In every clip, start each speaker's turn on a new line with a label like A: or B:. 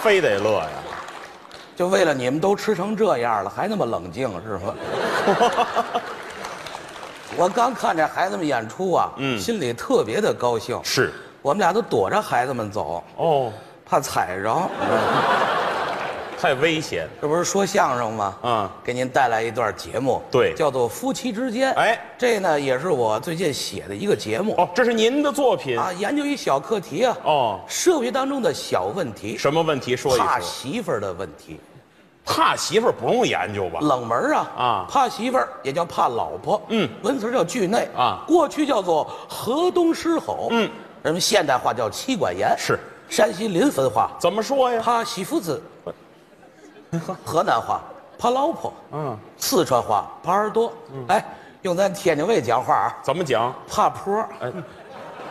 A: 非得乐呀？
B: 就为了你们都吃成这样了，还那么冷静是 吗？我刚看这孩子们演出啊，
A: 嗯
B: 心里特别的高兴。
A: 是，
B: 我们俩都躲着孩子们走，
A: 哦，
B: 怕踩着。
A: 嗯太危险。
B: 这不是说相声吗？
A: 嗯
B: 给您带来一段节目，
A: 对
B: 叫做《夫妻之间》。
A: 哎
B: 这呢也是我最近写的一个节目、
A: 哦，这是您的作品
B: 啊，研究一小课题啊，
A: 哦。
B: 社会当中的小问题，
A: 什么问题说一说？
B: 怕媳妇儿的问题，
A: 怕媳妇儿不用研究吧？
B: 冷门啊
A: 啊
B: 怕媳妇儿也叫怕老婆，
A: 嗯，
B: 文词叫惧内
A: 啊
B: 过去叫做河东狮吼，
A: 嗯，
B: 人们现代化叫妻管严，
A: 是
B: 山西临汾话
A: 怎么说呀？
B: 怕媳妇子，河南话怕老婆，
A: 嗯，
B: 四川话耙耳朵，哎，用咱天津卫讲话啊，
A: 怎么讲？
B: 怕坡，
A: 哎，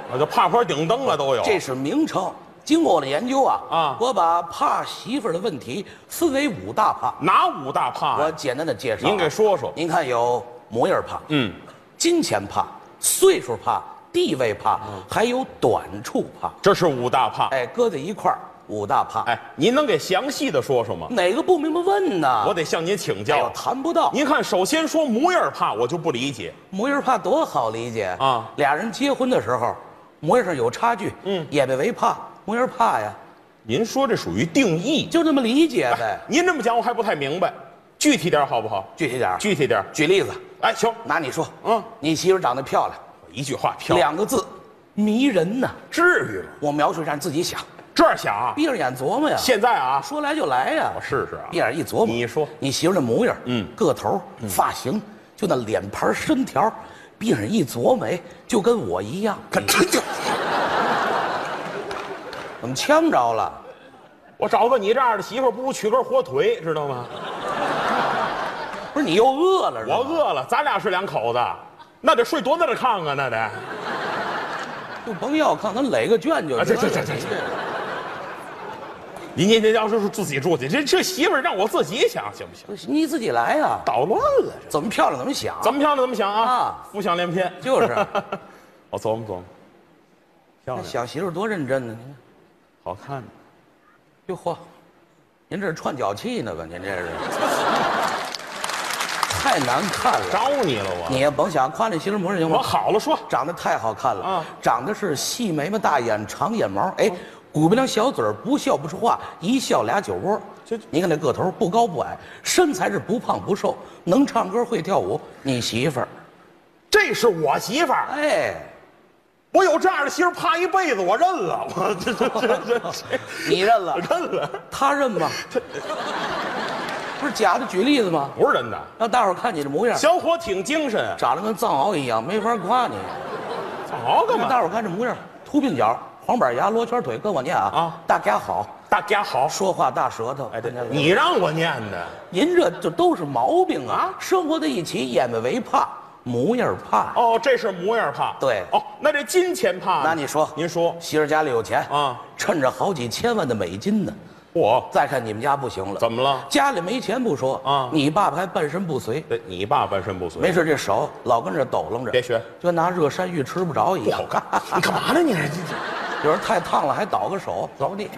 A: 我就怕坡顶灯了啊都有。
B: 这是名称。经过我的研究啊，
A: 啊
B: 我把怕媳妇儿的问题分为五大怕，
A: 哪五大怕
B: 我
A: 呀？
B: 简单的介绍啊。
A: 哎您给说说。
B: 您看有模样怕，
A: 嗯，
B: 金钱怕，岁数怕，地位怕，
A: 嗯
B: 还有短处怕。
A: 这是五大怕。
B: 哎，搁在一块儿五大怕，
A: 哎，您能给详细的说说吗？
B: 哪个不明白问呢？
A: 我得向您请
B: 哎呦
A: 教。
B: 谈不到。
A: 您看，首先说模样怕，我就不理解。
B: 模样怕多好理解
A: 啊
B: 俩人结婚的时候，模样上有差距，
A: 嗯
B: 也被为怕，模样怕呀，
A: 您说这属于定义？哎
B: 就这么理解呗。
A: 您这么讲我还不太明白，具体点好不好？
B: 具体点儿，
A: 具体点。
B: 举例子，
A: 哎，行，
B: 拿你说，
A: 嗯
B: 你媳妇长得漂亮，
A: 一句话飘，
B: 两个字，迷人呐。
A: 至于吗？
B: 我描述一下，你自己想，
A: 这样想啊，
B: 闭上眼琢磨呀。
A: 现在啊，
B: 说来就来呀、
A: 我试试啊
B: 一。眼一琢磨，
A: 你说
B: 你媳妇儿那模样，
A: 嗯
B: 个头、发型，就那脸盘、身条，闭上一琢磨，哎就跟我一样。
A: 可这就，
B: 怎么呛着了？
A: 我找个你这样的媳妇儿，不如娶根火腿，知道吗？
B: 不是你又饿了是
A: 我
B: 吧？
A: 饿了，咱俩是两口子，那得睡多大的炕啊？那得，
B: 就甭要炕，咱垒个圈就
A: 啊
B: 行
A: 这
B: 了。
A: 这这这您您您要是自己住去，这这媳妇儿让我自己想行不行？
B: 不是你自己来呀、
A: 捣乱了这，
B: 怎么漂亮怎么想。
A: 怎么想的怎么想啊
B: 啊？
A: 浮想联翩，
B: 就是
A: 我琢磨琢磨，漂亮，
B: 想媳妇儿多认真呢？您
A: 好看，
B: 哟嚯，您这是串脚气呢吧？您这是 太难看了。
A: 招你了我，
B: 你也甭想夸那媳妇儿模样行
A: 我
B: 吗？
A: 好了说，
B: 长得太好看了，
A: 啊哦
B: 长得是细眉毛、大眼、长眼毛，哎，鼓鼻梁、小嘴儿，不笑不说话，一笑俩酒窝。
A: 这
B: 你看那个头不高不矮，身材是不胖不瘦，能唱歌会跳舞。你媳妇儿，
A: 这是我媳妇儿，
B: 哎，
A: 我有这样的媳妇儿，怕一辈子我认了，我这这这这这
B: 你认
A: 我
B: 了，
A: 认了，
B: 他认吗？不是假的，举例子吗？
A: 不是真的，
B: 让大伙儿看你这模样，
A: 小伙挺精神，啊
B: 长得跟藏獒一样，没法夸你。
A: 好干
B: 让
A: 嘛？
B: 大伙儿看这模样，秃鬓角，黄板牙，罗圈腿，跟我念啊
A: 啊
B: 大家好，
A: 大家好，
B: 说话大舌头。
A: 哎，对
B: 看见了，吗
A: 你让我念的。
B: 您这就都是毛病啊
A: 啊！
B: 生活在一起，眼巴为怕，模样怕。
A: 哦，这是模样怕。
B: 对
A: 哦，那这金钱怕呢？
B: 那你说，
A: 您说，
B: 媳妇儿家里有钱
A: 啊，
B: 趁着好几千万的美金呢。
A: 我
B: 再看你们家不行了，
A: 怎么了？
B: 家里没钱不说
A: 啊
B: 你爸爸还半身不遂，
A: 这你爸半身不遂，
B: 没事这手老跟这抖楞着，
A: 别学，
B: 就跟拿热山芋吃不着一
A: 不
B: 样
A: 好。 干。你干嘛呢？你
B: 有人太烫了还倒个手，着地。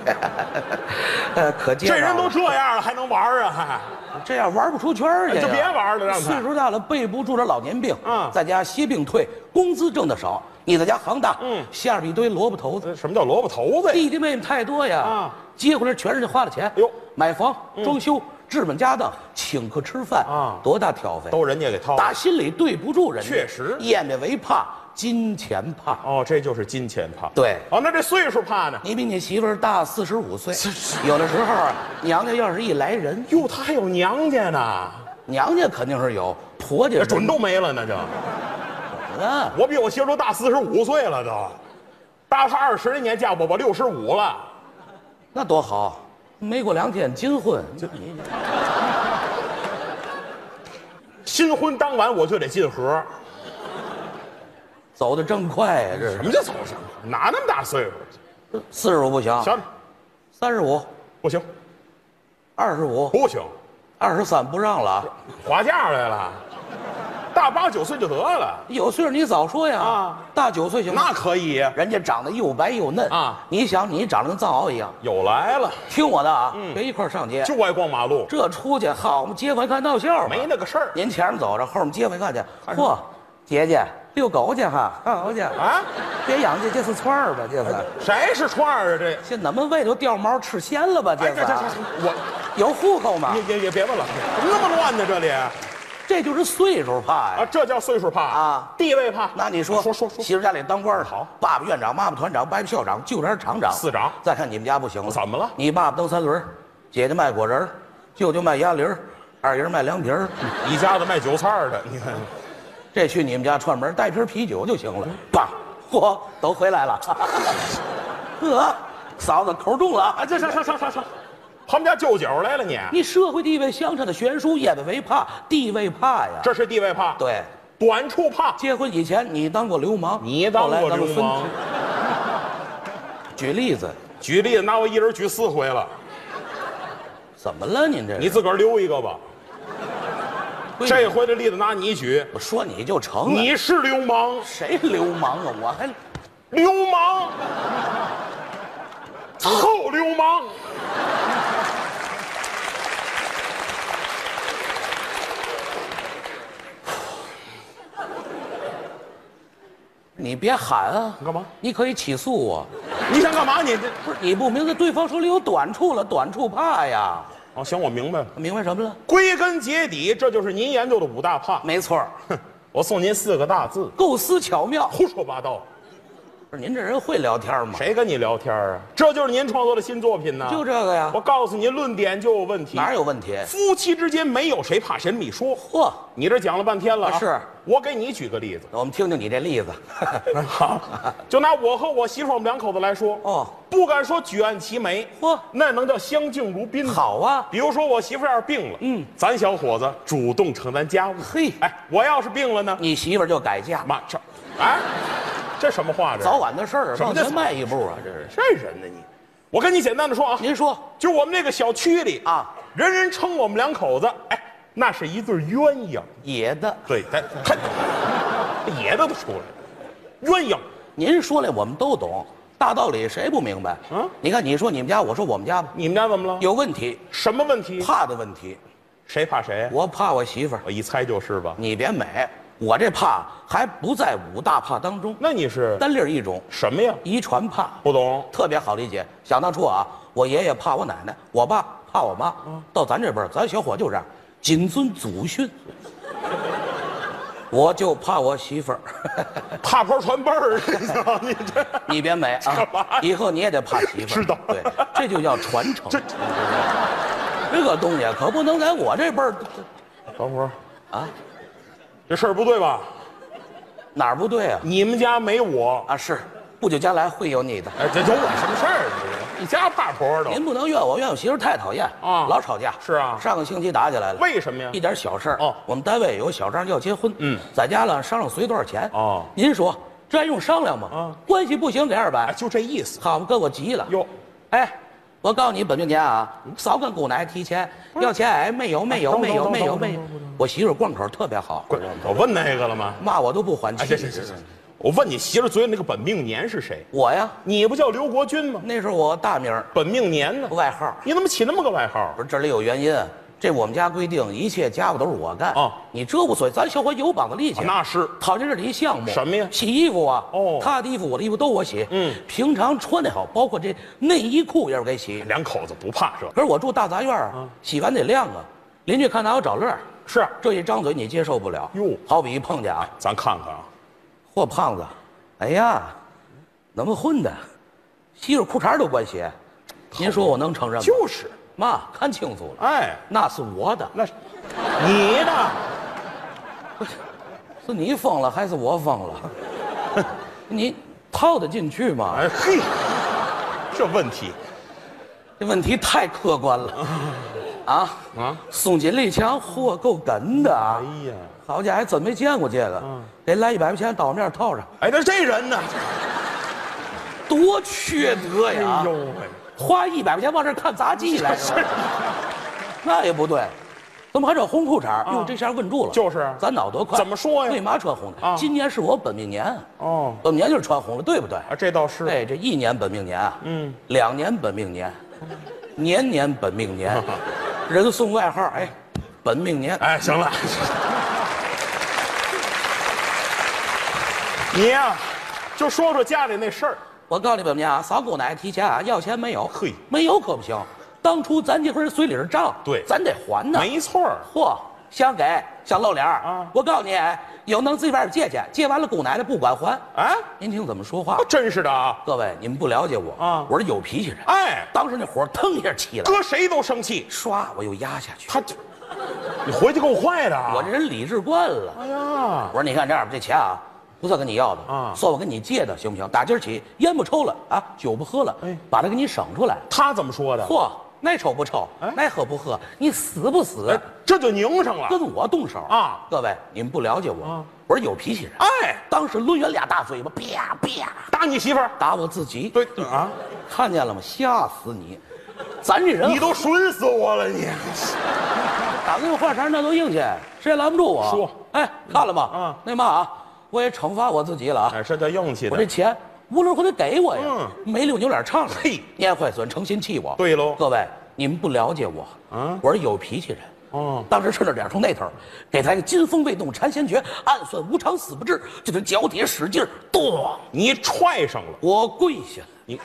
B: 呃，可
A: 这
B: 见
A: 这
B: 啊
A: 人都这样了，还能玩儿啊？ 还
B: 这样玩不出圈儿去呀，
A: 哎就别玩了让他
B: 岁数大了背不住这老年病，
A: 嗯
B: 在家歇病退，工资挣得少，你在家行大，
A: 嗯
B: 下边一堆萝卜头子，
A: 呃什么叫萝卜头子呀？
B: 弟弟妹妹太多呀，
A: 啊
B: 接回来全是花的钱，
A: 呦
B: 买房、装修、置办家当、请客吃饭，
A: 啊
B: 多大挑费，
A: 都人家给掏了。
B: 打心里对不住人家，
A: 确实
B: 眼面为怕，金钱怕，
A: 哦，这就是金钱怕。
B: 对
A: 哦，那这岁数怕呢？
B: 你比你媳妇儿大四十五岁，有的时候啊，娘家要是一来人，
A: 哟，他还有娘家呢，
B: 娘家肯定是有，婆家
A: 这
B: 人
A: 准都没了呢。就
B: 啊。
A: 我比我媳妇都大四十五岁了，都大她二十那年嫁我，我六十五了。
B: 那多好，没过两天金婚，
A: 新婚当晚我就得进盒，
B: 走的正快呀、这
A: 什
B: 是
A: 么叫走什么？哪那么大岁数？
B: 四十五不行，
A: 瞧你，
B: 三十五、
A: 不行，
B: 二十五、
A: 不行，
B: 二十三不让了啊，
A: 划价来了。大八九岁就得了，
B: 有岁数你早说呀！
A: 啊，
B: 大九岁行吗？
A: 那可以，
B: 人家长得又白又嫩
A: 啊
B: 你想你长得跟藏獒一样，
A: 有来了，
B: 听我的啊，别一块儿上街。
A: 嗯就爱逛马路，
B: 这出去好嘛，街坊一看闹笑话。
A: 没那个事儿
B: 您前面走着，后面街坊一看去，嚯，姐姐遛狗去哈，看狗去啊，
A: 啊。
B: 别养这这是串儿吧，这
A: 哎
B: 是。
A: 谁是串儿啊？这，
B: 这怎么喂都掉毛吃鲜了吧？
A: 哎，
B: 这
A: 这
B: 是、
A: 这这
B: 啊，
A: 这，我
B: 有户口吗
A: 也？也也别问了，怎么那么乱呢？这里啊，
B: 这就是岁数怕呀。
A: 这叫岁数怕
B: 啊
A: 地位怕。
B: 那你说
A: 说说说，
B: 媳妇家里当官儿好，爸爸院长，妈妈团长，伯伯校长，舅家厂长，
A: 四长
B: 再看你们家不行了，
A: 怎么了
B: 你爸爸蹬三轮儿，姐姐卖果仁儿，舅舅卖鸭梨儿，二爷卖凉皮儿。
A: 一家子卖韭菜儿的，你看，
B: 这去你们家串门，带瓶啤酒就行了。爸， 嚯，都回来了。 呵，嫂子口重了啊。
A: 啊，这上上上上上，他们家舅舅来了你，
B: 你社会地位相差的悬殊，也得为怕，地位怕呀。
A: 这是地位怕，
B: 对，
A: 短处怕，
B: 结婚以前你当过流氓，
A: 你当
B: 后来
A: 过
B: 当
A: 流
B: 分
A: 氓？
B: 支。举例子，
A: 举例子，拿我一人举四回了，
B: 怎么了？您这
A: 你自个儿溜一个吧。
B: 规矩
A: 这回的例子拿你举，
B: 我说你就成了。
A: 你是流氓，
B: 谁流氓啊？我还
A: 流氓，臭流氓。
B: 你别喊啊！
A: 你干嘛
B: 你可以起诉我。
A: 你想干嘛你？这
B: 不是你不明白，对方手里有短处了，短处怕呀。
A: 哦，行，我明白了。
B: 明白什么了？
A: 归根结底，这就是您研究的五大怕。
B: 没错儿，
A: 哼，我送您四个大字：
B: 构思巧妙。
A: 胡说八道。
B: 不是您这人会聊天吗？
A: 谁跟你聊天啊？这就是您创作的新作品呢。
B: 就这个呀
A: 我，告诉您，论点就有问题。
B: 哪有问题？
A: 夫妻之间没有谁怕谁密说。
B: 嚯，
A: 你这讲了半天了、
B: 啊是，
A: 我给你举个例 子。
B: 我们听听你这例子。
A: 嗯好，就拿我和我媳妇儿我们两口子来说，
B: 哦
A: 不敢说举案齐眉，
B: 嚯
A: 那能叫相敬如宾。，
B: 好啊，
A: 比如说我媳妇儿要是病了，嗯，咱小伙子主动承担家务。
B: 嘿
A: 哎，我要是病了呢，
B: 你媳妇儿就改嫁，
A: 妈这，哎，这什么话这？
B: 早晚的事儿啊，
A: 什么
B: 往
A: 叫
B: 前迈一步啊，这是。
A: 这人呢你，我跟你简单的说啊，
B: 您说
A: 就我们这个小区里
B: 啊，
A: 人人称我们两口子，哎，那是一对鸳鸯。
B: 野的，
A: 对，他他野的都出来了，鸳鸯。
B: 您说来我们都懂，大道理谁不明白？
A: 嗯
B: 你看你说你们家，我说我们家吧，
A: 你们家怎么了？
B: 有问题，
A: 什么问题？
B: 怕的问题，
A: 谁怕谁？
B: 我怕我媳妇儿，
A: 我一猜就是吧。
B: 你别美，我这怕还不在五大怕当中，
A: 那你是
B: 单粒儿一种，
A: 什么呀？
B: 遗传怕。
A: 不懂。
B: 特别好理解。想当初啊，我爷爷怕我奶奶，我爸怕我妈。到咱这边儿，咱小伙就这样，谨遵祖训。 我就怕我媳妇儿，
A: 怕坡传辈儿， 你知道你这
B: 你别美
A: 干嘛
B: 啊
A: 呀！
B: 以后你也得怕媳妇儿。
A: 知道
B: 对，这就叫传承。
A: 这
B: 这个东西可不能在我这辈儿
A: 等会儿
B: 啊，
A: 这事儿不对吧？
B: 哪儿不对啊？
A: 你们家没我，
B: 啊，是，不久将来会有你的。
A: 哎，这有我什么事儿啊？你家怕坡的
B: 您不能怨我，怨我媳妇儿太讨厌
A: 啊
B: 老吵架。
A: 是啊
B: 上个星期打起来了。
A: 为什么呀
B: 一？点小事儿。
A: 哦
B: 我们单位有个小张要结婚，
A: 嗯
B: 在家了商量随多少钱。
A: 哦
B: 您说这还用商量吗？
A: 啊
B: 关系不行给二
A: 哎，
B: 百，
A: 就这意思。
B: 好嘛，哥我急了。
A: 哟，
B: 哎，我告诉你，本命年啊，少跟姑奶提钱，要钱哎没有没
A: 嗯
B: 有
A: 等会儿
B: 没有
A: 等会儿
B: 没有
A: 等会儿
B: 没
A: 等
B: 有
A: 会儿等会，
B: 我媳妇儿贯口特别好，
A: 滚我问那个了吗？
B: 骂我都不还
A: 哎，
B: 气
A: 行。行行行，我问你媳妇嘴里那个本命年是谁？
B: 我呀，
A: 你不叫刘国军吗？
B: 那时候我大名儿
A: 本命年呢？
B: 外号儿，
A: 你怎么起那么个外号
B: 不？是这里有原因。这我们家规定，一切家务都是我干。
A: 哦啊
B: 你这无所谓，咱小伙有膀子力气。
A: 那是
B: 讨厌这是一项目，
A: 什么呀
B: 洗衣服啊，
A: 哦
B: 他的衣服我的衣服都我洗，
A: 嗯
B: 平常穿的好，包括这内衣裤也是我给洗。
A: 两口子不怕这，
B: 可是我住大杂院啊，
A: 嗯
B: 洗完得晾啊，邻居看拿我找乐儿，
A: 是啊
B: 这一张嘴你接受不了。
A: 哟
B: 好比一碰见啊，
A: 咱看看啊，
B: 嚯胖子，哎呀，怎么混的，媳妇裤衩都管鞋，您说我能承认吗？
A: 就是，
B: 妈看清楚了，
A: 哎，
B: 那是我的，
A: 那是你呢？
B: 是你疯了还是我疯了？ 你套得进去吗？
A: 哎嘿，这问题
B: 这问题太客观了，啊！
A: 啊，
B: 宋锦丽强，嚯，够哏的啊
A: 哎！呀，
B: 好家伙，还真没见过这个
A: 嗯。
B: 给来一百块钱，倒面套上，
A: 哎，那这人呢？
B: 多缺德呀
A: 哎！呦喂，
B: 花一百块钱往这儿看杂技来，是吧那也不对。怎么还穿红裤衩？哟，这下问住了。
A: 啊就是
B: 咱脑多快。
A: 怎么说呀
B: 为嘛穿红的？
A: 啊
B: 今年是我本命年，
A: 哦，
B: 本命年就是穿红了，对不对？
A: 啊，这倒是。
B: 哎，这一年本命年啊，嗯，两年本命年，年年本 命年，人送外号哎，本命年。
A: 哎，行了， 你呀、就说说家里那事儿。
B: 我告诉你本命年啊，扫狗奶提钱啊，要钱没有？
A: 嘿
B: 没有可不行，当初咱结婚随礼儿账，
A: 对
B: 咱得还呢。
A: 没错儿，
B: 嚯，想给想露脸儿
A: 啊
B: 我告诉你，有能自己外边借去，借完了姑奶奶不管还。
A: 啊，
B: 您听怎么说话
A: 啊？真是的啊！
B: 各位，你们不了解我
A: 啊
B: 我是有脾气人。
A: 哎
B: 当时那火腾一下起来，
A: 搁谁都生气，
B: 唰我又压下去。
A: 他就你回去够坏的啊！
B: 我这人理智惯了。
A: 哎呀
B: 我，说你看这样吧，这钱啊，不算跟你要的
A: 啊
B: 算我跟你借的，行不行？打今儿起，烟不抽了啊，酒不喝了，
A: 哎
B: 把它给你省出来。
A: 他怎么说的？
B: 嚯，那瞅不瞅
A: 哎，
B: 那喝不喝，你死不死？
A: 哎，这就拧上了。
B: 跟我动手
A: 啊！
B: 各位，你们不了解我，
A: 啊
B: 我是有脾气人。
A: 哎，
B: 当时抡圆俩大嘴巴，啪啪
A: 打你媳妇儿？
B: 打我自己，
A: 对啊，
B: 看见了吗？吓死你！咱这人啊
A: 你都损死我了你！
B: 打跟我话茬，那都硬气，谁也拦不住我。
A: 说，
B: 哎，看了吗？
A: 嗯
B: 那嘛啊，我也惩罚我自己了啊！
A: 哎，这叫硬气
B: 我这
A: 的。
B: 钱无论如何得给我呀，
A: 嗯
B: 没溜牛脸唱着，
A: 嘿
B: 蔫坏损，成心气我。
A: 对喽
B: 各位，你们不了解我，
A: 啊
B: 我是有脾气人。
A: 哦
B: 当时趁着点从那头儿，给他一个金风未动禅先觉，暗算无常死不至，就这脚底使劲儿，咚，
A: 你踹上了，
B: 我跪下，
A: 你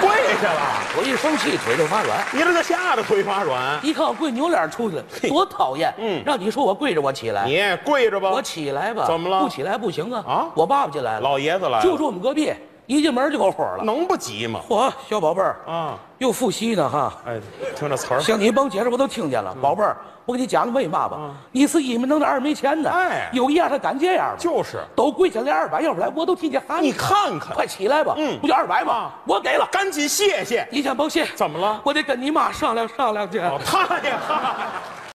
A: 跪下了，
B: 我一生气腿就发软。
A: 你这就吓得腿发软。
B: 一看我跪扭脸出去了，多讨厌！嗯，让你说我跪着，我起来，
A: 你跪着吧，
B: 我起来吧，
A: 怎么了
B: 不起来不行啊！
A: 啊
B: 我爸爸进来了，
A: 老爷子来了，
B: 就住我们隔壁，一进门就给我火了。
A: 能不急吗？
B: 嚯，小宝贝儿，
A: 啊，
B: 又复吸呢哈！
A: 哎，听这词儿，
B: 像你帮解释我都听见了，
A: 嗯
B: 宝贝儿，我给你讲个为嘛吧？你是一没能耐，二没钱的，
A: 哎
B: 有一样他敢这样吗？
A: 就是
B: 都跪下来二百，要不然我都替你喊。
A: 你看看，
B: 快起来吧，
A: 嗯
B: 不就二百吗
A: 啊？
B: 我给了，
A: 赶紧谢谢。
B: 你想甭谢，
A: 怎么了
B: 我得跟你妈商量商量去。
A: 哦，他呀，